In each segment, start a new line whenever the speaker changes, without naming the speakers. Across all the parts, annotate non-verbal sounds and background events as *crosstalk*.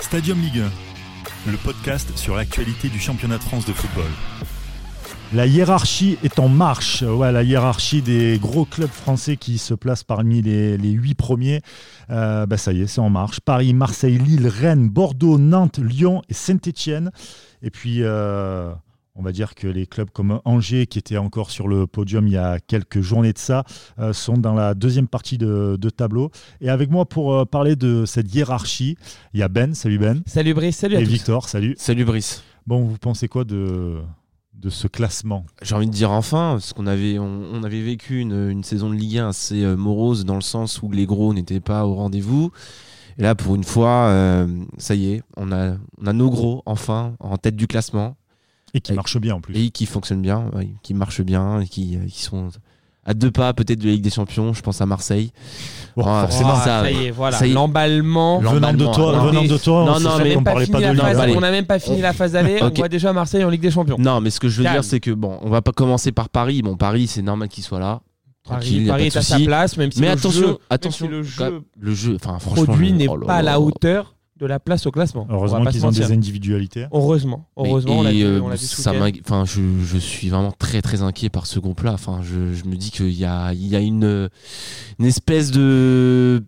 Stadium Ligue 1, le podcast sur l'actualité du championnat de France de football.
La hiérarchie est en marche. Ouais, la hiérarchie des gros clubs français qui se placent parmi les, les huit premiers. Euh, bah ça y est, c'est en marche. Paris, Marseille, Lille, Rennes, Bordeaux, Nantes, Lyon et Saint-Étienne. Et puis, euh, on va dire que les clubs comme Angers, qui étaient encore sur le podium il y a quelques journées de ça, euh, sont dans la deuxième partie de, de tableau. Et avec moi pour euh, parler de cette hiérarchie, il y a Ben. Salut Ben.
Salut Brice, salut à
et
tous.
Victor, salut.
Salut Brice.
Bon, vous pensez quoi de, de ce classement
J'ai envie de dire enfin, parce qu'on avait, on, on avait vécu une, une saison de Ligue 1 assez euh, morose dans le sens où les gros n'étaient pas au rendez-vous. Et là, pour une fois, euh, ça y est, on a, on a nos gros enfin en tête du classement
Et qui
Et-
marche bien en plus.
et qui fonctionnent bien, ouais, qui marchent bien, et qui, euh, qui sont à deux pas peut-être de la Ligue des Champions. Je pense à Marseille.
Bon,
Ah,
Oh,
c'est bon, ça-
y est, voilà.
ça y est.
L'emballement.
Venant de
L'emballement,
toi,
alors.
venant de toi,
Non,
on s'est
non,
fait
mais
qu'on parlait pas de
la
Lille.
phase-
Allez.
on
On n'a même pas fini la phase aller.
Ok.
On voit déjà Marseille en Ligue des Champions.
Non, mais ce que je veux
Calme.
dire, c'est que bon, on va pas commencer par Paris. Bon, Paris, c'est normal qu'il soit là.
Paris,
Tranquille, y a
Paris
pas
est
de
à sa
souci.
place, même si
Mais
le
attention,
jeu- même
attention,
si le jeu
quand même, le jeu, enfin franchement,
produit
le-
n'est
oh là
pas à
là là.
la hauteur de la place au classement. On
Heureusement
va pas
qu'ils
se
ont
mentir.
des individualités.
Heureusement,
Mais-
heureusement, on l'a
et,
vu,
euh,
on l'a vu ce
ça
week-end.
m'inqui- enfin, je, je suis vraiment très très inquiet par ce groupe-là. Enfin, je, je me dis qu'il y a, il y a une, une espèce de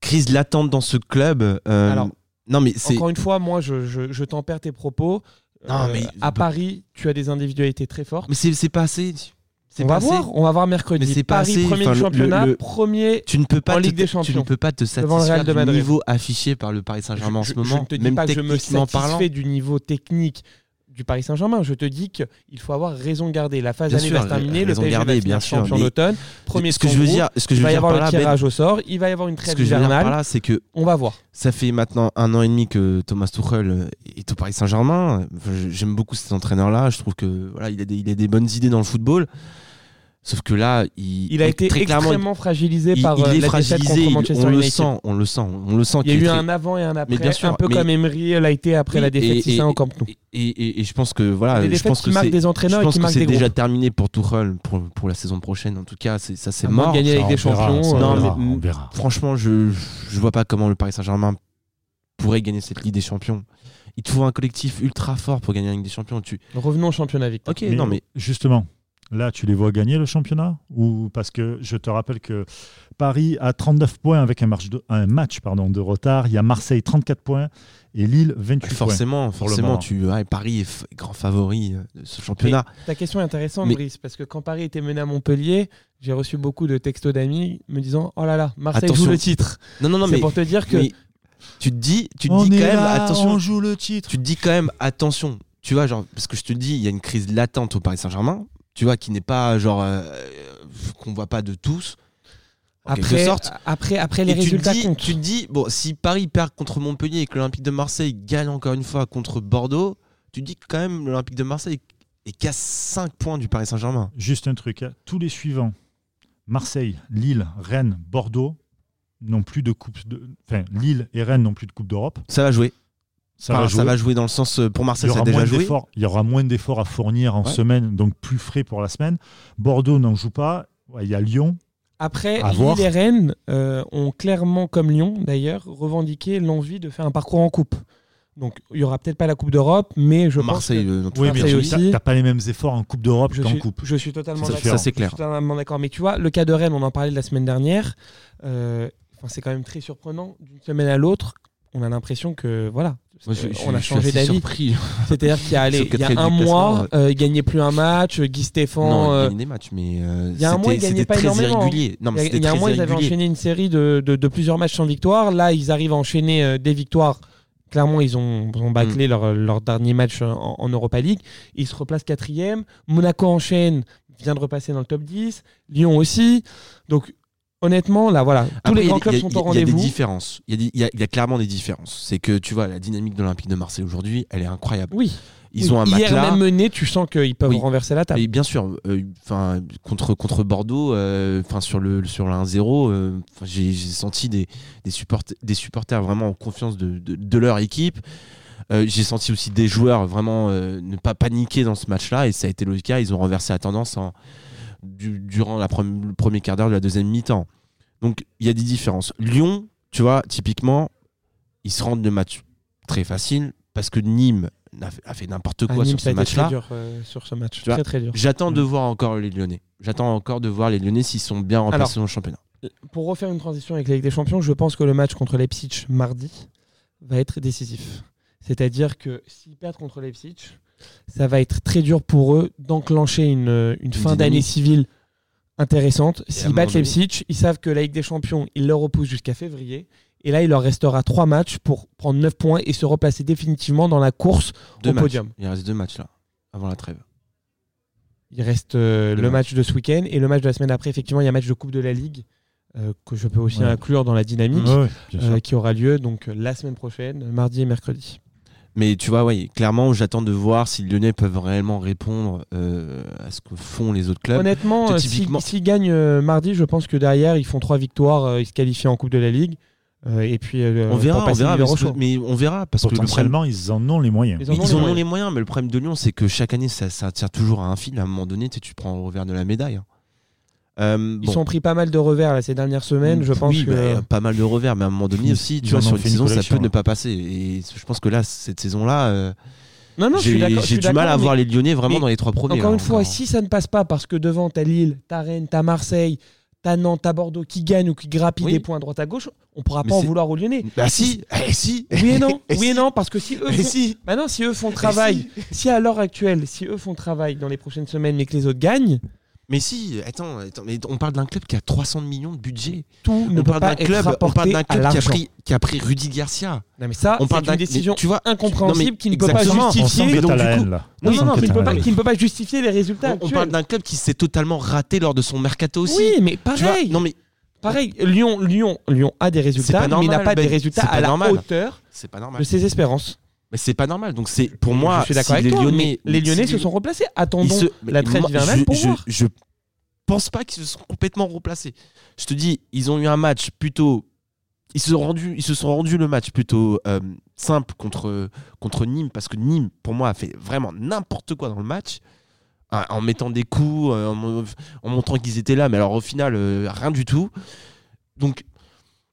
crise latente dans ce club. Euh,
Alors,
non mais c'est
Encore une fois, moi, je, je, je tempère tes propos. Euh,
Non, mais-
à Paris, tu as des individualités très fortes.
mais c'est c'est pas assez. C'est
on
pas
va
assez.
voir, on va voir mercredi.
Mais c'est pas
Paris,
assez.
premier
Enfin,
du
le-
championnat,
le- le-
premier.
Tu ne peux pas
En
te,
Ligue des
tu
Champions.
ne peux pas te
Devant le Real
satisfaire
de
du
Madrid.
niveau affiché par le Paris Saint-Germain en
je,
ce
je-
moment,
je ne te dis
même
pas que je me
techniquement
satisfais
parlant.
du niveau technique du Paris Saint-Germain. Je te dis qu'il faut avoir raison de garder. La phase
Bien
année
sûr, euh,
va se terminer.
raison
Le PSG
garder,
va finir
bien sûr,
champion
mais-
d'automne. Premier
ce que
de son
je veux
groupe.
dire, ce que je
il
veux
va y
dire
avoir
par
le
là, Ben,
tirage au sort. Il va y avoir une
ce
trêve
que je veux dire par
hivernale.
là, c'est que
On va voir.
Ça fait maintenant un an et demi que Thomas Tuchel euh, est au Paris Saint-Germain. Enfin, je- J'aime beaucoup cet entraîneur-là. Je trouve que voilà, il a des, il a des bonnes idées dans le football. Sauf que là, il,
Il a
il-
été
très clairement,
extrêmement fragilisé
il,
par
il
euh,
est
la défaite contre
fragilisé. il-
Manchester
on le
United.
sent, on le sent, on le
Il y
sent.
a
qu'il
eu
est très-
un avant et un après,
bien sûr,
un peu
mais-
comme Emery euh, l'a été après
Oui,
la défaite
et-
6-1 au Camp Nou.
et, et- et je pense que voilà,
Des
je
défaites
pense
qui
que
marquent
c'est,
des
je
entraîneurs et
pense
qui
que
marquent
c'est
des
déjà
groupes.
terminé pour Tuchel pour, pour la saison prochaine. En tout cas, c'est, ça c'est
À moins de
mort.
gagner la
Ça,
Ligue
on
des
verra,
Champions.
ça,
euh,
Non,
on verra,
mais-
on verra.
Franchement, je, je vois pas comment le Paris Saint-Germain pourrait gagner cette Ligue des Champions. Il te faut un collectif ultra fort pour gagner la Ligue des Champions. Tu...
Revenons au championnat Victor.
Ok, non mais
Justement, là, tu les vois gagner le championnat ou Parce que je te rappelle que Paris a 39 points avec un, marge de- un match pardon, de retard. Il y a Marseille 34 points et Lille 28 points.
forcément,
le
forcément,
moment.
tu ouais, Paris est f- grand favori euh, de ce championnat.
Ta question est intéressante,
Mais-
Brice, parce que quand Paris était mené à Montpellier, j'ai reçu beaucoup de textos d'amis me disant Oh là là, Marseille
Attention.
joue le titre.
Non, non, non,
C'est
mais,
pour te dire que.
mais tu te dis, tu te
On
dis
est
quand même
là,
attention.
on joue le titre.
Tu te dis quand même attention. Tu vois, genre parce que je te dis, il y a une crise latente au Paris Saint-Germain. Tu vois, qui n'est pas genre euh, euh, qu'on voit pas de tous. En
Après,
quelque sorte.
après, après, les
Et
résultats
tu te dis,
comptent.
tu te dis, bon, si Paris perd contre Montpellier et que l'Olympique de Marseille gagne encore une fois contre Bordeaux, tu te dis que quand même l'Olympique de Marseille est qu'à 5 points du Paris Saint-Germain.
Juste un truc, hein. tous les suivants, Marseille, Lille, Rennes, Bordeaux, n'ont plus de coupe. De... Enfin, Lille et Rennes n'ont plus de Coupe d'Europe.
Ça va jouer.
Ça
Enfin,
va jouer.
dans le sens euh, pour
Il
Marseille,
y,
ça a
aura
déjà
moins
joué.
d'efforts- il y aura moins d'efforts à fournir en
Ouais.
semaine, donc plus frais pour la semaine. Bordeaux n'en joue pas. Ouais, Il y a Lyon.
Après,
À
Lille
voir.
et Rennes euh, ont clairement, comme Lyon d'ailleurs, revendiqué l'envie de faire un parcours en Coupe. Donc, il n'y aura peut-être pas la Coupe d'Europe, mais je
Marseille,
pense.
euh, dans tout
Oui,
cas,
mais
Marseille
tu-
aussi.
t'as t'as pas les mêmes efforts en Coupe d'Europe
que je,
qu'en
suis,
Coupe.
je suis totalement
Ça, hein.
d'accord.
c'est
ça, c'est
Je
clair.
suis totalement d'accord. Mais tu vois, le cas de Rennes, on en parlait la semaine dernière. euh, enfin, c'est quand même très surprenant. D'une semaine à l'autre, on a l'impression que voilà, euh,
Moi, je- je-
on a
je suis
changé
assez
d'avis.
surpris.
C'est-à-dire
*laughs*
qu'il y a, allez,
Sauf qu'à
il y a
très
un
vite,
mois,
classement,
euh, il gagnait plus un match, euh, Guy Stéphane.
Non, il
euh,
gagnait des matchs, mais euh,
il y a un mois,
c'était
il gagnait
c'était
pas
très
énormément,
irrégulier. Non,
il y a-
mais c'était
il y a un
très
mois, ils avaient
irrégulier.
enchaîné une série de, de- de plusieurs matchs sans victoire. Là, ils arrivent à enchaîner euh, des victoires. Clairement, ils ont, ils ont
Hmm.
bâclé leur, leur dernier match euh, en, en Europa League. Ils se replacent quatrième. Monaco enchaîne, vient de repasser dans le top 10. Lyon aussi. Donc, honnêtement, là, voilà. Tous
Après,
les
il y a-
grands clubs
il y a-
sont au
Il y a des
rendez-vous.
différences. Il y a des- il y a- il y a clairement des différences. C'est que tu vois, la dynamique de l'Olympique de Marseille aujourd'hui, elle est incroyable.
Oui.
Ils ont un
Hier
matelas.
même mené, tu sens qu'ils peuvent
Oui.
renverser la table.
Et bien sûr, euh, enfin contre contre Bordeaux, euh, enfin sur le sur le 1-0, euh, enfin, j'ai j'ai senti des des supporters des supporters vraiment en confiance de de, de leur équipe. Euh, j'ai senti aussi des joueurs vraiment euh, ne pas paniquer dans ce match-là et ça a été le cas. Ils ont renversé la tendance en- du- durant la premi- le premier quart d'heure de la deuxième mi-temps. Donc il y a des différences. Lyon, tu vois, typiquement, ils se rendent le match. très facile parce que Nîmes a fait, a fait n'importe quoi sur ce match-là.
euh, sur ce match.
Tu vois,
Très très dur.
J'attends
Mm.
de voir encore les Lyonnais. J'attends encore de voir les Lyonnais s'ils sont bien remplacés dans le championnat.
Pour refaire une transition avec la Ligue des Champions, je pense que le match contre Leipzig mardi va être décisif. C'est-à-dire que s'ils perdent contre Leipzig, ça va être très dur pour eux d'enclencher une, une fin
dynamique.
d'année civile intéressante.
à un
S'ils battent
moment donné-
Leipzig, ils savent que la Ligue des Champions, ils leur repoussent jusqu'à février. Et là, il leur restera trois matchs pour prendre 9 points et se replacer définitivement dans la course
Deux
au
matchs.
podium.
Il reste deux matchs là, avant la trêve.
Il reste euh,
Le
le match. de ce week-end et le match de la semaine après. Effectivement, il y a un match de Coupe de la Ligue euh, que je peux aussi
Ouais.
inclure dans la dynamique
Ouais, ouais, bien sûr.
euh, qui aura lieu donc euh, la semaine prochaine, mardi et mercredi.
Mais tu vois, oui, clairement, j'attends de voir si les Lyonnais peuvent réellement répondre euh, à ce que font les autres clubs.
Honnêtement,
c'est
euh, si-
typiquement-
s'ils gagnent euh, mardi, je pense que derrière, ils font trois victoires, euh, ils se qualifient en Coupe de la Ligue. euh, et puis, euh,
on
pour
verra, on
passer
verra, mais,
l'hiver au
ce-
chaud.
mais on verra parce que le problème,
Potentiellement, ils en ont les moyens.
Ils
ils
en ont les moyens.
mais le problème de Lyon, c'est que chaque année, ça, ça tire toujours à un fil. À un moment donné, tu sais, tu prends au revers de la médaille. hein. Euh,
Ils
bon.
sont pris pas mal de revers là, ces dernières semaines, je
Oui,
pense.
bah,
que...
euh, pas mal de revers, mais à un moment donné
Ils-
aussi, tu
ils
vois,
en
sur
ont
une
fait une
saison, ça
collection,
peut ne
hein.
là.
pas passer. Et je pense que là, cette saison-là, euh,
Non, non, je suis
j'ai
d'accord- je
j'ai
suis
du mal à
d'accord, mais-
voir les Lyonnais vraiment
mais
dans les trois premiers. hein,
Encore
là,
une fois, si ça ne passe pas parce que devant, t'as Lille, t'as Rennes, t'as Marseille, t'as Nantes, t'as Bordeaux qui gagnent ou qui grappillent
Oui.
des points à droite à gauche, on pourra
Mais
pas en
c'est-
vouloir aux
*laughs*
Lyonnais.
Bah si, eh, si,
*laughs* Oui et
*laughs*
non,
Et
oui et
si.
non, parce que si eux,
eh,
font...
si.
Bah non, si eux
*laughs*
font le travail, si à l'heure actuelle, si eux font le travail dans les prochaines semaines mais que les autres gagnent,
Mais si, attends, attends, mais on parle d'un club qui a 300 millions de budget.
tout ne
on,
peut
parle
pas
d'un
être
club, on
rapporté
parle d'un
à
club qui a,
l'argent.
pris, qui a pris Rudy Garcia.
Non mais ça,
on parle
c'est
d'un
une décision
mais Tu vois,
incompréhensible
non, mais
qui ne peut pas
exactement.
On sent
justifier...
Mais
que
donc,
t'as
du
la
coup-
haine, là.
Non,
On
non,
sent
non,
que
qui
mais
t'as
ne peut
la
pas-
haine.
qui ne peut pas justifier les résultats
on, on parle
actuels.
d'un club qui s'est totalement raté lors de son mercato aussi.
Oui, mais
Tu vois,
pareil,
non mais
pareil, Lyon, Lyon, Lyon a des résultats,
pas
mais il n'a
normal,
pas des
Ben.
résultats
C'est pas
à la
normal.
hauteur
c'est pas normal.
de ses espérances.
Mais c'est pas normal. Donc c'est pour moi,
je suis d'accord
si
avec
les
toi,
Lyonnais,
mais les Lyonnais
si
se sont replacés. Attendons.
ils se-
la trêve
moi,
hivernale
je,
pour
je,
voir.
je pense pas qu'ils se sont complètement replacés. Je te dis, ils ont eu un match plutôt. Ils se sont rendus, ils se sont rendus le match plutôt euh, simple contre, contre Nîmes parce que Nîmes, pour moi, a fait vraiment n'importe quoi dans le match. Ah, En mettant des coups, euh, en, mo- en montrant qu'ils étaient là, mais alors au final, euh, rien du tout. Donc,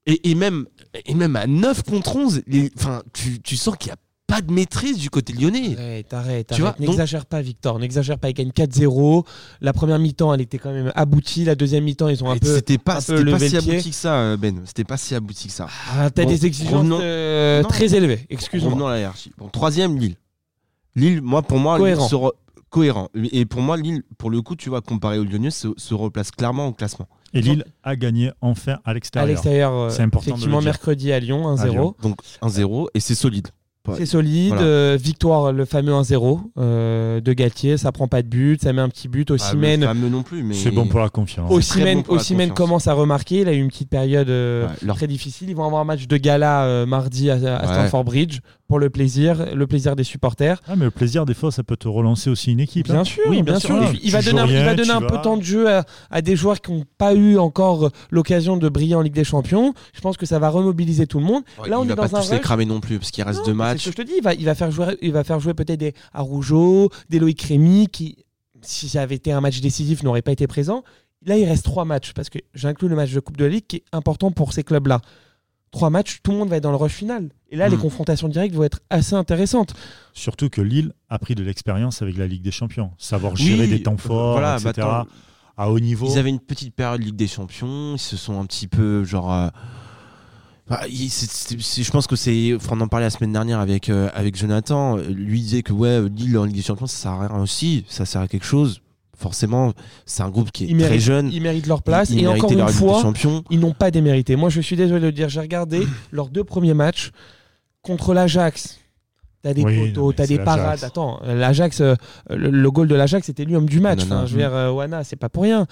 et, et même, et même à 9 contre 11, les- enfin, tu, tu sens qu'il n'y a pas de maîtrise du côté lyonnais.
Arrête, arrête,
Tu
arrête.
vois, donc-
N'exagère pas, Victor. N'exagère pas. Ils gagnent 4-0. La première mi-temps, elle était quand même aboutie. La deuxième mi-temps, ils ont un
Et
peu.
C'était pas,
un peu
c'était pas
levé
si
le pied.
abouti que ça, euh, Ben. C'était pas si abouti que ça.
Ah, T'as
Bon,
des exigences
revenons-
euh,
Non.
très élevées. Excuse-moi.
Revenons à la hiérarchie. Bon, troisième, Lille. Lille, moi, pour moi,
Cohérent.
Lille se re- cohérent. Et pour moi, Lille, pour le coup, tu vois, comparé au Lyonnais, se, se replace clairement au classement.
Et Lille a gagné enfin à
À
l'extérieur.
l'extérieur, euh,
C'est important de le
effectivement,
dire.
mercredi à Lyon, 1-0.
Lyon.
Donc 1-0 et c'est solide. Ouais.
C'est solide.
Voilà.
Euh, victoire, le fameux 1-0 euh, de Galtier. Ça prend pas de but. Ça met un petit but.
Pas Ah, le
Ossimène
fameux non plus, mais
C'est bon pour la confiance.
Ossimène,
bon pour la
Ossimène
confiance.
commence à remarquer. Il a eu une petite période euh,
Ouais, leur-
très difficile. Ils vont avoir un match de gala euh, mardi à, à
Ouais.
Stamford Bridge pour le plaisir, le plaisir des supporters.
Ah, mais le plaisir, des fois, ça peut te relancer aussi une équipe. hein.
Bien sûr,
Oui,
bien,
bien
sûr.
sûr.
Et puis, Il va
Tu
donner, un,
joues
il va
rien,
donner
tu
un
vas.
peu de temps de jeu à, à des joueurs qui n'ont pas eu encore l'occasion de briller en Ligue des Champions. Je pense que ça va remobiliser tout le monde.
Ouais,
Là, on
il
est
va pas
dans un
tous les
rush.
cramer non plus, parce qu'il reste
Non,
deux
mais C'est ce
matchs.
que je te dis. Il va, il va faire jouer, il va faire jouer peut-être des Arougeau, des Loïc Rémy qui, si ça avait été un match décisif, n'aurait pas été présent. Là, il reste trois matchs parce que j'inclus le match de Coupe de Ligue qui est important pour ces clubs-là. Trois matchs, tout le monde va être dans le rush final. Et là, les
Mm.
confrontations directes vont être assez intéressantes.
Surtout que Lille a pris de l'expérience avec la Ligue des Champions. Savoir
Oui,
gérer
euh,
des temps forts,
voilà, bah,
etc.
attends,
à haut niveau.
Ils avaient une petite période Ligue des Champions, ils se sont un petit peu genre. euh, bah, il- c'est- c'est- c'est- je pense que c'est. enfin, On en parlait la semaine dernière avec, euh, avec Jonathan. euh, Lui disait que ouais, Lille en Ligue des Champions, ça sert à rien aussi, ça sert à quelque chose. Forcément, c'est un groupe qui est
Ils
très
méritent-
jeune.
Ils méritent leur place.
Hmm. Ils
et
méritaient
encore
leur
une
Ligue des
fois,
Champions.
ils n'ont pas démérité. Moi, je suis désolé de le dire, j'ai
*coughs*
regardé leurs deux premiers matchs contre l'Ajax. T'as des
Oui, non,
poteaux,
mais
t'as
c'est
des
l'Ajax.
parades. Attends, euh, l'Ajax, euh, le, le goal de l'Ajax c'était lui homme du match.
Onana.
Enfin, je veux dire, euh, Wana, c'est pas pour rien.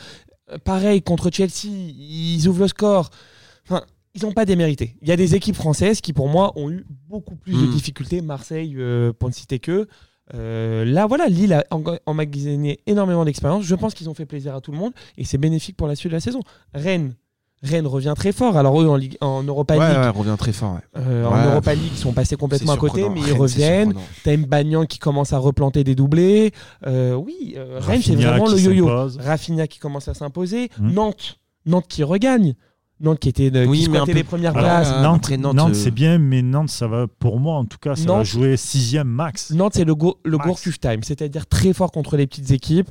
Euh, pareil contre Chelsea, ils ouvrent le score. Enfin, ils n'ont pas démérité. Il y a des équipes françaises qui, pour moi, ont eu beaucoup plus de
Hmm.
Mm.
difficultés. Marseille, euh, pour ne citer que. Euh, là, voilà, Lille a en- emmagasiné énormément d'expérience. Je pense qu'ils ont fait plaisir à tout le monde et c'est bénéfique pour la suite de la saison. Rennes, Rennes revient très fort. Alors eux en, Ligue- en Europa
Ouais,
League,
ouais, revient très fort. ouais.
euh, en
Ouais.
Europa League, ils sont passés complètement à
C'est
côté,
surprenant.
mais ils
Rennes, c'est
reviennent.
surprenant.
T'as Bagnan qui commence à replanter des doublés. Euh, oui, euh, Rennes c'est
Rafinha
vraiment
qui
le yo-yo.
s'impose.
Rafinha qui commence à s'imposer.
Mm.
Nantes, Nantes qui regagne. Nantes qui était de,
Oui,
qui
mais un
squattait
peu-
les premières
Alors,
places.
euh,
Nantes,
après, Nantes,
Nantes,
euh,
c'est bien, mais Nantes, ça va, pour moi en tout cas, ça va
Nantes-
jouer sixième max.
Nantes, c'est le, go, le
Max.
Gourcuff time, c'est-à-dire très fort contre les petites équipes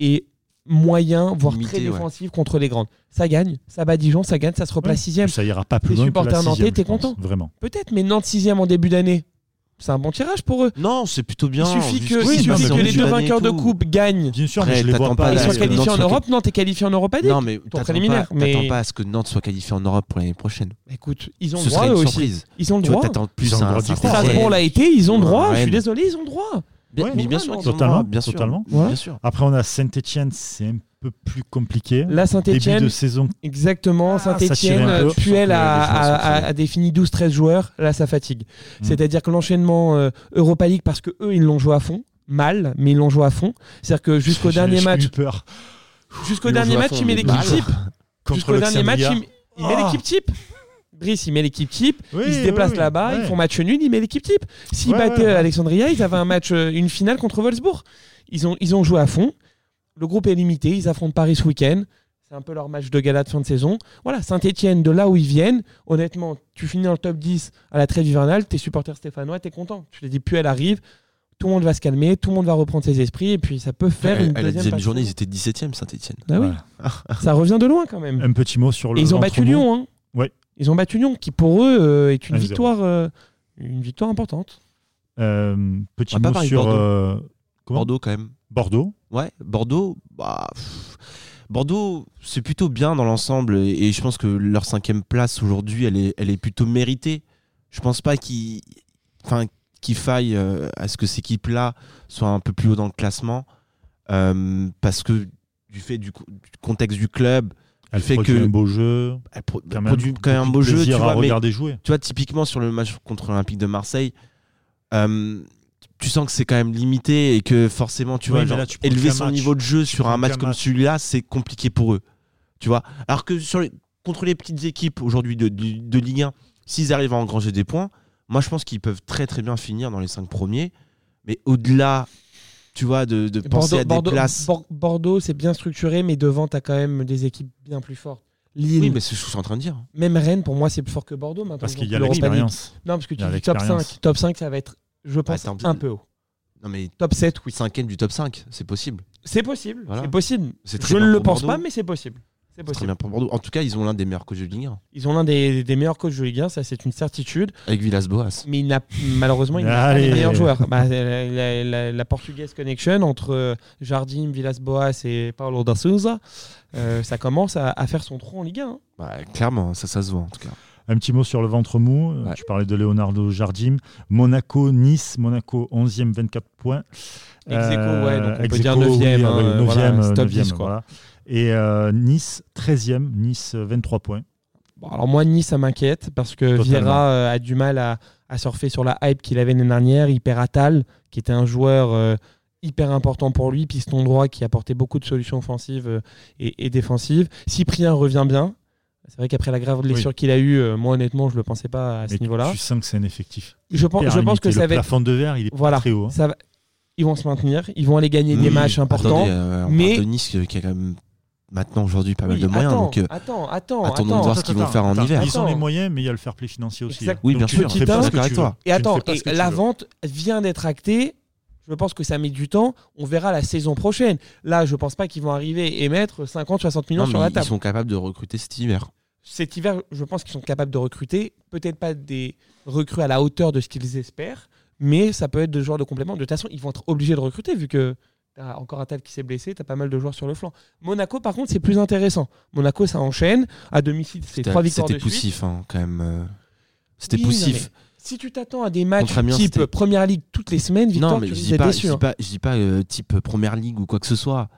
et moyen, voire
Limité,
très
ouais.
défensif contre les grandes. Ça gagne, ça bat Dijon, ça gagne, ça se replace sixième.
Ça ira pas plus
Les
loin que la
supporters nantais,
sixième,
t'es
je pense,
content
Vraiment.
Peut-être, mais Nantes sixième en début d'année, c'est un bon tirage pour eux.
Non, c'est plutôt bien.
il suffit
vu
que,
ce
oui,
qui
il
se
non, mais
suffit
passe
que
en
les
début
deux
d'année
vainqueurs
et
de
tout.
coupe gagnent
Bien sûr,
Après,
mais je les vois
t'attends
pas.
pas
et
là,
soient
euh,
qualifiés en
Nantes sont
Europe, Nantes est qualifié en Europe à
Non, mais t'attends pas-
préliminaire, mais-
T'attends pas à ce que Nantes soit qualifié en Europe pour l'année prochaine.
Écoute, ils ont
Ce
le
serait
droit
une
eux aussi.
surprise.
Ils ont le
Tu vois,
droit.
t'attends plus
Ils ont le
un.
droit d'y
un
croire.
Saint-Etienne.
Strasbourg l'a été, ils ont le droit.
Ouais,
Je suis
mais-
désolé, ils ont le droit.
Bien,
Ouais,
mais bien
ouais,
sûr,
non,
ils ont le
totalement,
droit, bien sûr.
totalement.
Bien
Ouais.
sûr.
Après, on a Saint-Etienne, c'est un peu plus compliqué. Début
La Saint-Etienne,
de saison
exactement.
Ah, ça tirait
Saint-Etienne,
un
euh,
peu.
Je sens que
Puel
les
a,
joueurs sont
a- a-
fatigués.
a défini 12-13 joueurs. Là, ça fatigue.
Hmm.
Mm.
C'est-à-dire que l'enchaînement euh, Europa League, parce que eux, ils l'ont joué à fond. Mal, mais ils l'ont joué à fond. C'est-à-dire que jusqu'au
J'ai-
dernier
j'ai
match,
eu peur.
jusqu'au
Ils l'ont
dernier
joué à
match,
fond,
il met
mais
l'équipe
mal.
type.
Contre
Jusqu'au dernier match, il,
l'Oxandria.
il met
Ah.
l'équipe type. Brice, il met l'équipe type.
Oui,
ils se déplacent
oui, oui,
là-bas,
ouais.
ils font match nul, ils mettent l'équipe type. S'ils
Ouais,
battaient
ouais, ouais.
Alexandria, ils avaient un match, euh, une finale contre Wolfsburg. Ils ont, ils ont joué à fond. Le groupe est limité, ils affrontent Paris ce week-end. C'est un peu leur match de gala de fin de saison. Voilà, Saint-Etienne, de là où ils viennent, honnêtement, tu finis dans le top 10 à la trêve hivernale, tes supporters stéphanois, t'es content. Tu les dis, puis elle arrive, tout le monde va se calmer, tout le monde va reprendre ses esprits, et puis ça peut faire une
À la
deuxième
deuxième
partie.
journée, ils étaient 17ème, Saint-Etienne.
Ah oui, ça revient de loin quand même.
Un petit mot sur le.
Et ils ont
l'entre-mot.
battu Lyon. Hein.
Ouais. Ah,
Ils ont battu Lyon, qui pour eux euh, est une
1-0.
victoire, euh, une victoire importante.
Euh,
On
petit
va Ah, pas
mot
parler de
sur
Bordeaux.
euh, comment
Bordeaux, quand même.
Bordeaux.
Ouais, Bordeaux, bah. pff, Bordeaux, c'est plutôt bien dans l'ensemble et, et je pense que leur cinquième place aujourd'hui, elle est, elle est plutôt méritée. Je pense pas qu'il enfin, qu'il faille euh, à ce que cette équipe-là soit un peu plus haut dans le classement euh, parce que du fait du, co- du contexte du club,
Elle
fait
fait
que-
un beau jeu.
elle pro-
Quand même,
produit quand même un
beaucoup
beau
de
jeu. Tu
plaisir à
vois, mais-
regarder jouer.
tu vois, typiquement sur le match contre l'Olympique de Marseille, euh, tu sens que c'est quand même limité et que forcément, tu
Oui,
vois,
mais
genre,
là, tu prends
élever
qu'un
son
match.
niveau de jeu
Tu
sur un
prends
match
qu'un
comme
match.
celui-là, c'est compliqué pour eux. Tu vois, alors que sur les- contre les petites équipes aujourd'hui de, de, de Ligue 1, s'ils arrivent à engranger des points, moi je pense qu'ils peuvent très très bien finir dans les 5 premiers, mais au-delà, tu vois, de, de
Bordeaux,
penser à des
Bordeaux-
places.
Bor- Bordeaux, c'est bien structuré, mais devant, tu as quand même des équipes bien plus fortes. Lille,
Oui, mais c'est ce que je suis en train de dire.
même Rennes, pour moi, c'est plus fort que Bordeaux maintenant.
Parce
Ils ont
qu'il y a
plus l'Europa
l'expérience.
League. Non, parce que
Il
tu
y a
dis top 5.
l'expérience.
Top 5, ça va être, je pense,
Attends,
un peu haut.
Non, mais
Top 7, oui.
cinquième du top 5, c'est possible.
C'est possible.
Voilà.
C'est possible.
C'est très
Je
bien
ne le
pour
pense
Bordeaux.
pas, mais c'est possible. Bah, C'est
C'est très
possible.
bien pour Bordeaux. En tout cas, ils ont l'un des meilleurs coachs de Ligue 1
Ils ont l'un des, des meilleurs coachs de Ligue 1, ça c'est une certitude.
avec Villas-Boas.
mais il n'a malheureusement il n'a pas les
Allez.
meilleurs joueurs. Bah, la, la- la- la Portugaise Connection entre euh, Jardim, Villas-Boas et Paulo da Souza, euh, ça commence à, à faire son trou en Ligue 1. hein.
Bah, clairement, ça, ça se voit en tout cas.
Un petit mot sur le ventre mou. Euh,
Ouais.
Tu parlais de Leonardo Jardim. Monaco, Nice. Monaco 11e, 24 points. Euh,
Ex aequo, ouais, donc on
ex
peut dire
aequo,
9e,
oui,
hein,
avec
euh,
9e,
voilà,
euh,
c'est top
9e,
10, quoi.
voilà. Et euh, Nice 13e. Nice euh, 23 points.
Bon, alors moi Nice ça m'inquiète parce que
Totalement.
Vieira euh, a du mal à, à surfer sur la hype qu'il avait l'année dernière. Il perd Atal qui était un joueur euh, hyper important pour lui, piston droit qui apportait beaucoup de solutions offensives euh, et, et défensives. Cyprien revient bien. C'est vrai qu'après la grave blessure qu'il a eue, euh, moi honnêtement je le pensais pas à ce
Mais
niveau-là.
Tu sens que c'est un effectif.
Je pense, je
hyper
pense que
limité.
ça
le
va être.
plafond de verre, il est pas
Voilà.
très haut. hein.
Ça va- ils vont se maintenir, ils vont aller gagner des
Oui,
matchs importants.
Mmh. Attendez, euh, on
mais-
parle de Nice euh, qui a quand même maintenant aujourd'hui pas mal
Oui,
de moyens.
attends,
donc, euh,
attends, attends,
attendons de
attends.
voir ce qu'ils vont faire en hiver.
Ils ont
Attends.
les moyens, mais il y a le fair play financier aussi.
Exact.
hein.
Oui,
Donc
bien
tu
sûr.
fais pas
Putain.
ce que
D'accord
tu
avec toi.
veux. Tu
Et
ne
attends,
fais pas
et
ce que tu
la
veux.
vente vient d'être actée. Je pense que ça met du temps. On verra la saison prochaine. Là, je pense pas qu'ils vont arriver et mettre 50-60 millions
non,
sur
mais
la
ils
table.
sont capables de recruter cet hiver.
Cet hiver, je pense qu'ils sont capables de recruter. Peut-être pas des recrues à la hauteur de ce qu'ils espèrent, mais ça peut être de joueurs de complément. De toute façon, ils vont être obligés de recruter vu que t'as encore Atal qui s'est blessé, t'as pas mal de joueurs sur le flanc. Monaco, par contre, c'est plus intéressant. Monaco, ça enchaîne. À domicile, c'est trois victoires
C'était
de suite.
poussif hein, quand même. euh, C'était
Oui,
poussif.
Si tu t'attends à des matchs
Contre Amiens,
type
c'était-
Première Ligue toutes les semaines, victoire,
non, mais
tu
je
risques
dis,
d'être
pas,
déçu,
je
hein.
dis pas, je dis pas euh, type première ligue ou quoi que ce soit.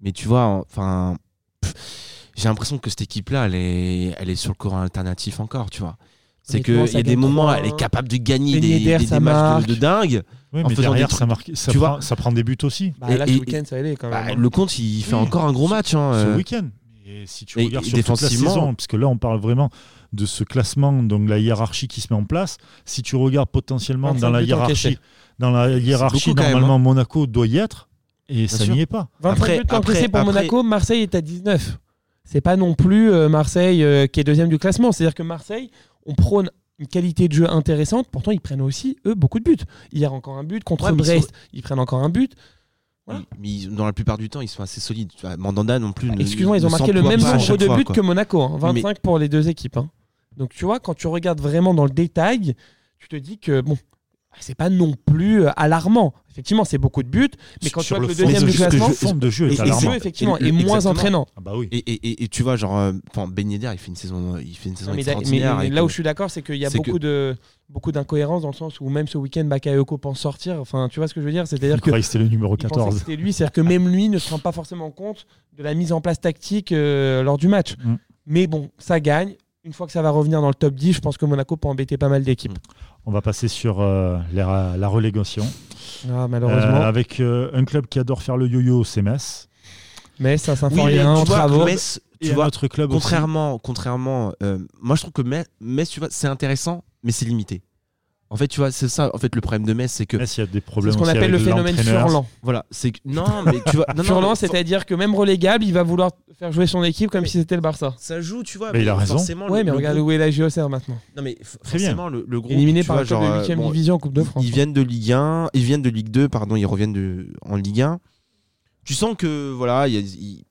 Mais tu vois, enfin, pff, j'ai l'impression que cette équipe-là, elle est, elle est sur le courant alternatif encore, tu vois. C'est
Honnêtement,
qu'il
ça
y a des
gagne
moments,
trois,
elle est
hein.
capable de gagner
Beignet
des,
d'air,
des-
ça
des matchs
marque.
de, de dingue.
Oui,
en
mais
faisant
derrière,
des trucs-
ça, marque- ça
tu
prend,
vois.
ça prend des buts aussi.
Bah, là,
Et-
ce
et-
week-end, ça allait quand même. hein.
Bah, le compte, il fait
Oui.
encore un gros match. hein,
ce
euh.
week-end. Et si tu
et-
regardes
et
sur toute la
défensivement-
saison, parce que là on parle vraiment de ce classement, donc la hiérarchie qui se met en place. Si tu regardes potentiellement
25
dans la
buts
hiérarchie,
encaissés.
dans la hiérarchie
beaucoup quand même, hein.
normalement Monaco doit y être et ça
sûr.
n'y est pas.
25
Après-
buts encaissés
après-
pour
après-
Monaco, Marseille est à 19. c'est pas non plus euh, Marseille euh, qui est deuxième du classement. C'est-à-dire que Marseille, on prône une qualité de jeu intéressante. Pourtant, ils prennent aussi, eux, beaucoup de buts. Hier, encore un but. Contre
Ouais, mais ils
Brest, ils prennent encore un but. Voilà.
Mais- Mais ils- dans la plupart du temps, ils sont assez solides. Tu vois, Mandanda non plus. ne-
Bah, Excuse-moi,
ne
ils ont marqué le
s'emploie
même
pas à
nombre
chaque
de
fois,
buts
quoi.
que Monaco. hein.
Mais-
25 pour les deux équipes. hein. Donc, tu vois, quand tu regardes vraiment dans le détail, tu te dis que, bon, c'est pas non plus euh, alarmant. Effectivement, c'est beaucoup de buts. Mais quand
Sur
tu vois que le
fond-
deuxième
mais
du
ce que je-
classement,
forme de jeu
et-
est
et c'est
Et c'est
alarmant.
eux, effectivement,
Et-
et moins
exactement.
entraînant.
Ah bah oui.
Et, et- et- et tu vois, genre, euh, enfin, Ben Yedder, il fait une saison, il fait une saison
Non, mais d'a- mais-
extraordinaire.
mais
avec-
là où je suis d'accord, c'est qu'il y a
c'est
beaucoup de beaucoup d'incohérences dans le sens où même ce week-end, Bakayoko pense sortir. Enfin, tu vois ce que je veux dire C'est-à-dire
Il
que
croyait que c'était le numéro
il pensait que
14.
c'était lui, c'est-à-dire que même lui ne se rend pas forcément compte de la mise en place tactique euh, lors du match.
Mm.
Mais bon, ça gagne. Une fois que ça va revenir dans le top 10, je pense que Monaco peut embêter pas mal d'équipes.
On va passer sur euh, la, la relégation.
Mm.
Ah, malheureusement.
Euh, avec euh, un club qui adore faire le yo-yo, c'est Metz.
Mais ça
Oui, mais
Saint-Symphorien,
tu vois,
Travaux.
Metz,
Et
tu vois,
un autre club aussi.
contrairement, contrairement, euh, moi je trouve que Metz, Metz, tu vois, c'est intéressant, mais c'est limité. En fait, tu vois, c'est ça. En fait, le problème de Metz, c'est que
Metz, il y a des
C'est
problèmes.
ce qu'on
aussi
appelle le
avec
phénomène
l'entraîneur.
Furlan.
voilà, c'est que- non, *laughs* mais tu vois, non, non,
Furlan,
mais-
c'est-à-dire que même relégable, il va vouloir faire jouer son équipe comme
Mais-
si c'était le Barça.
ça joue, tu vois.
Mais il a raison.
forcément,
Ouais,
le-
mais
le
regarde
groupe-
où est la JOCR maintenant.
Non, mais f-
Très bien.
forcément, le, le groupe,
Éliminé
tu
par
vois,
le club
genre,
de
euh,
8
bon,
division en Coupe de
ils-
France.
Ils viennent de Ligue 1, ils viennent de Ligue 2, pardon, ils reviennent de, en Ligue 1. Tu sens que voilà, il y a- il-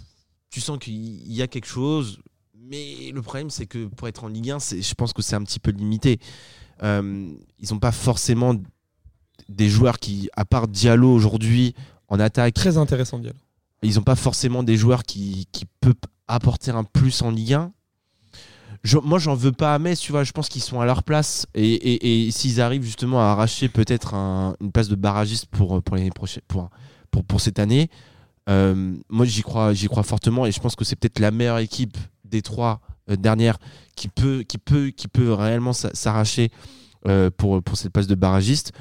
tu sens qu'il y a quelque chose, mais le problème c'est que pour être en Ligue 1, c'est- je pense que c'est un petit peu limité. Euh, ils n'ont pas forcément des joueurs qui, à part Diallo aujourd'hui en attaque,
Très intéressant dialogue.
ils n'ont pas forcément des joueurs qui, qui peuvent apporter un plus en Ligue 1. Je- moi, j'en veux pas à Metz, tu vois. Je pense qu'ils sont à leur place. Et, et- et s'ils arrivent justement à arracher peut-être un- une place de barragiste pour, euh, pour, l'année prochaine- pour, pour, pour cette année, euh, moi, j'y crois, j'y crois fortement. Et je pense que c'est peut-être la meilleure équipe des trois euh, dernières qui peut, qui peut, qui peut réellement s'a- s'arracher euh, pour, pour cette place de barragiste.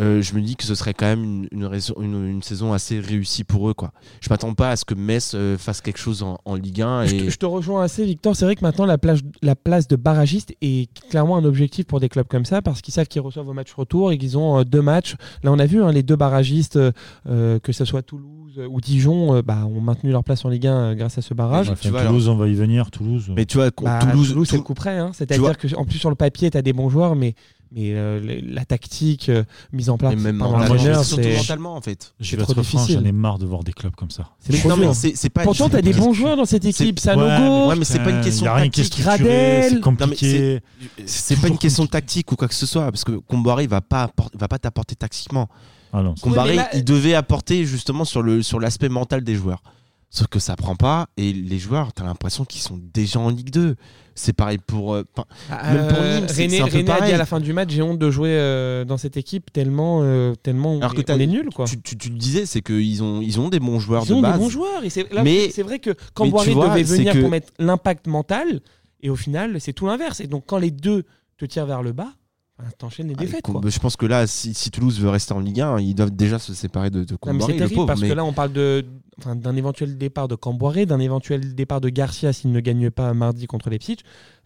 Euh, je me dis que ce serait quand même une, une raison- une- une saison assez réussie pour eux. Quoi. Je m'attends pas à ce que Metz euh, fasse quelque chose en, en Ligue 1.
Je, te-
Et...
je te rejoins assez, Victor. C'est vrai que maintenant, la, plage, la place de barragiste est clairement un objectif pour des clubs comme ça parce qu'ils savent qu'ils reçoivent au match retour et qu'ils ont euh, deux matchs. Là, on a vu hein, les deux barragistes, euh, euh, que ce soit Toulouse ou Dijon, euh, bah, ont maintenu leur place en Ligue 1 euh, grâce à ce barrage.
Enfin,
Tu vois,
Toulouse, on va y venir. Toulouse.
Mais tu vois, contre
Bah,
Toulouse,
c'est le
Tou-
coup près. hein.
vois-
C'est-à-dire que en plus, sur le papier, tu as des bons joueurs, mais, mais euh, le- la tactique euh, mise en place
et même
pendant
en-
un
mentalement,
bonheur,
c'est surtout
c'est
mentalement en fait.
Je
c'est
vais
trop
être franc,
difficile.
j'en ai marre de voir des clubs comme ça.
c'est trop
Non,
dur.
mais c'est- c'est pas-
Pourtant,
je-
tu as des bons joueurs dans cette équipe. Sanogo,
Ouais, mais c'est pas une question
Il a rien qui est
tactique.
structuré,
Gradel.
c'est compliqué.
C'est pas une question tactique ou quoi que ce soit, parce que Comboiré va pas apporter- va pas t'apporter tactiquement.
Ah non, c'est-
Combaré,
mais là-
il devait apporter justement sur le sur l'aspect mental des joueurs. Sauf que ça prend pas et les joueurs, t'as l'impression qu'ils sont déjà en Ligue 2. C'est pareil pour. euh, pas- Même pour Nîmes, c'est-
René,
c'est un peu
René a dit
pareil.
à la fin du match j'ai honte de jouer euh, dans cette équipe tellement, euh, tellement
Alors
on,
que
est,
t'as-
on est nul quoi.
tu, tu- tu le disais, c'est qu'ils ont ils ont des bons joueurs
Ils
de
ont
base.
des bons joueurs et c'est là,
Mais-
c'est vrai que quand
mais tu
Boiré
vois,
devait
c'est
venir
que-
pour mettre l'impact mental et au final c'est tout l'inverse et donc quand les deux te tirent vers le bas ben, t'enchaînes les
Ah,
défaites
Com-
quoi.
Je pense que là, si, si Toulouse veut rester en Ligue 1, ils doivent déjà se séparer de, de
Non, mais
Comboiré,
c'est
le
terrible
pauvre,
parce
mais-
que là on parle de enfin, d'un éventuel départ de Camboiré, d'un éventuel départ de Garcia s'il ne gagne pas mardi contre les Leipzig.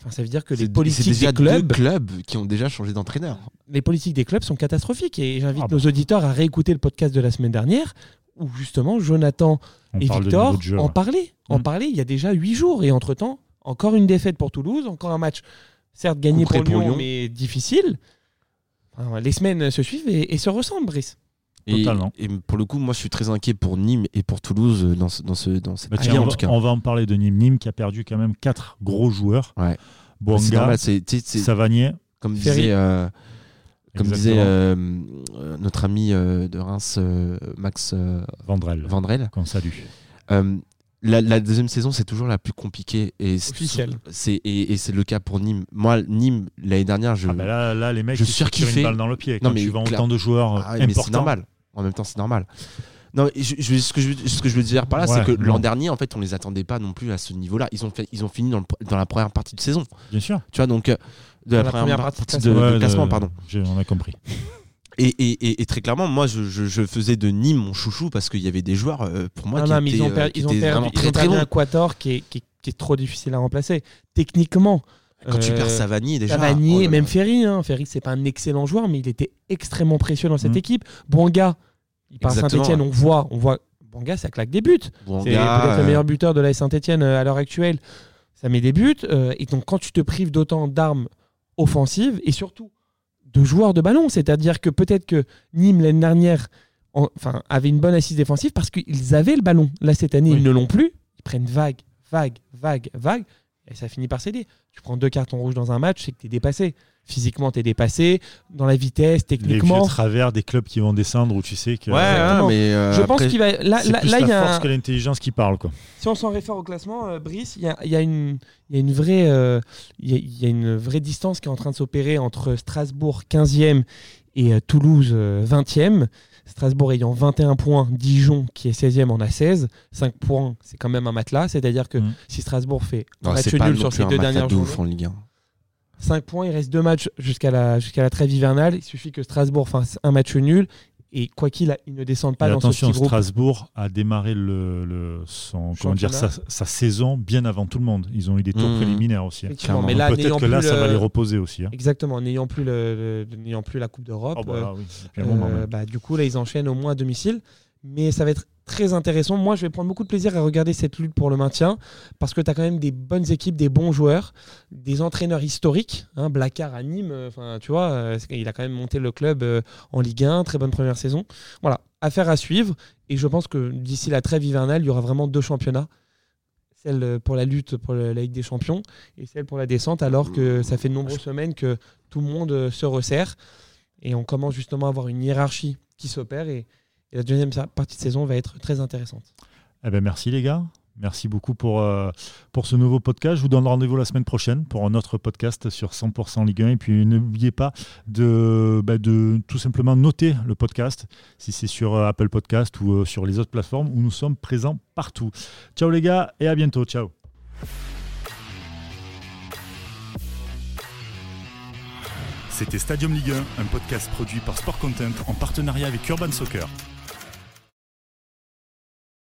Enfin ça veut dire que les
C'est-
politiques
c'est déjà
des clubs
deux clubs qui ont déjà changé d'entraîneur.
les politiques des clubs sont catastrophiques. Et j'invite
Ah bah.
nos auditeurs à réécouter le podcast de la semaine dernière où justement Jonathan
on
et
parle de niveau
Victor
de jeu.
en
ouais.
parlaient. En
Mm.
parlaient il y a déjà huit jours. Et entre-temps, encore une défaite pour Toulouse, encore un match, certes gagné
Couperet
pour,
pour
Lyon,
Lyon.
mais difficile. Enfin, les semaines se suivent et, et se ressemblent, Brice.
Et,
Totalement.
et pour le coup, moi, je suis très inquiet pour Nîmes et pour Toulouse euh, dans, ce, dans, ce, dans cette
Bah, tiens,
Ligue 1,
on,
en
va,
tout cas.
on va en parler de Nîmes. Nîmes qui a perdu quand même quatre gros joueurs.
Ouais. C'est
Bonga,
normal, c'est- tu sais, c'est-
Savanier.
comme
Ferry.
disait, euh, comme
exactement,
disait euh, euh, notre ami euh, de Reims, euh, Max euh,
Vandrel,
Vandrel.
qu'on salue.
euh, la, la deuxième saison, c'est toujours la plus compliquée. Et c'est-
Officielle.
c'est et, et c'est le cas pour Nîmes. Moi, Nîmes, l'année dernière, je.
Ah bah là, là, les mecs,
je
ils se tirent
surkiffais.
une balle dans le pied. Quand
Non, mais
tu vends
clair-
autant de joueurs euh,
Ah ouais, mais c'est
importants.
normal. En même temps, c'est normal. Non, mais je, je- ce, que je, veux- ce que je veux dire par là,
Ouais,
c'est que
non.
l'an dernier, en fait, on les attendait pas non plus à ce niveau-là. Ils ont, fait, ils ont fini dans, le pr- dans la première partie de saison.
Bien sûr.
Tu vois, donc, euh, de la,
Dans
première, partie, de,
Ouais,
de
le-
classement, pardon.
j'ai- On a compris.
Et, et- et- et très clairement, moi, je, je- je faisais de Nîmes mon chouchou parce qu'il y avait des joueurs euh, pour moi
Non,
qui
Ah non, mais
étaient,
ils ont,
euh,
perdu-
qui
ils ont
étaient
perdu,
vraiment
ils
très
ont
très
perdu
bons.
un quator qui est, qui est- qui est trop difficile à remplacer. Techniquement,
Quand tu
euh,
perds Savani, déjà.
Cavani,
oh là là.
même Ferry. Hein. Ferry, c'est pas un excellent joueur, mais il était extrêmement précieux dans cette
Mm.
équipe. Bonga, il part à
Mhm. Exactement,
Saint-Etienne,
ouais.
on voit, on voit Banga, ça claque des buts. C'est
Bouanga,
peut-être le
euh,
meilleur buteur de la Saint-Etienne euh, à l'heure actuelle. Ça met des buts. euh, et donc, quand tu te prives d'autant d'armes offensives et surtout de joueurs de ballon, c'est-à-dire que peut-être que Nîmes l'année dernière en- enfin, avait une bonne assise défensive parce qu'ils avaient le ballon. Là, cette année,
Oui.
ils ne l'ont plus. Ils prennent vague, vague, vague, vague. Et ça finit par céder. Tu prends deux cartons rouges dans un match, c'est que tu es dépassé. Physiquement, tu es dépassé. Dans la vitesse,
les vieux
techniquement.
travers des clubs qui vont descendre où tu sais que
Ouais, ouais,
Exactement.
mais euh,
Je pense
après,
qu'il va. Là,
c'est
là,
plus
là, il y
la
a
force
un-
que l'intelligence qui parle quoi.
si on s'en réfère au classement, euh, Brice, il y a, il y a une il y a une vraie, euh, il y a- il y a une vraie distance qui est en train de s'opérer entre Strasbourg 15e et euh, Toulouse euh, 20e. Strasbourg ayant 21 points, Dijon qui est 16e en a 16. 5 points, c'est quand même un matelas. C'est-à-dire que
Mm.
si Strasbourg fait un
non,
match
c'est pas
nul
non
sur
plus
ces
un
deux
match à
dernières
de
journées,
ouf hein. en Ligue 1.
5 points, il reste deux matchs jusqu'à la, jusqu'à la trêve hivernale. Il suffit que Strasbourg fasse un match nul. Et quoi qu'il, a- il ne descende pas
Et
dans ce
attention,
petit groupe.
Strasbourg a démarré le, le- son, comment dire, sa,
Championnat.
sa saison bien avant tout le monde. Ils ont eu des tours
Mmh.
préliminaires aussi. hein.
Effectivement,
clairement.
Donc
mais là, n'ayant
Peut-être que là,
plus
ça va
le-
les reposer aussi. hein.
Exactement, n'ayant plus, le, le- n'ayant plus la Coupe d'Europe,
Oh, bah,
euh,
là, oui. Depuis un moment,
euh,
même.
bah, du coup, là, ils enchaînent au moins à domicile. Mais ça va être très intéressant. Moi, je vais prendre beaucoup de plaisir à regarder cette lutte pour le maintien parce que tu as quand même des bonnes équipes, des bons joueurs, des entraîneurs historiques. Hein, Blacard à Nîmes, euh, enfin, tu vois, euh, il a quand même monté le club euh, en Ligue 1, très bonne première saison. Voilà, affaire à suivre. Et je pense que d'ici la trêve hivernale, il y aura vraiment deux championnats. Celle euh, pour la lutte pour le- la Ligue des Champions et celle pour la descente, alors que ça fait de nombreuses semaines que tout le monde euh, se resserre. Et on commence justement à avoir une hiérarchie qui s'opère. Et, et la deuxième sa- partie de saison va être très intéressante.
Eh ben, merci les gars. Merci beaucoup pour, euh, pour ce nouveau podcast. Je vous donne rendez-vous la semaine prochaine pour un autre podcast sur 100% Ligue 1. Et puis n'oubliez pas de, bah, de tout simplement noter le podcast, si c'est sur euh, Apple Podcast ou euh, sur les autres plateformes où nous sommes présents partout. Ciao les gars et à bientôt. Ciao.
C'était Stadium Ligue 1, un podcast produit par Sport Content en partenariat avec Urban Soccer.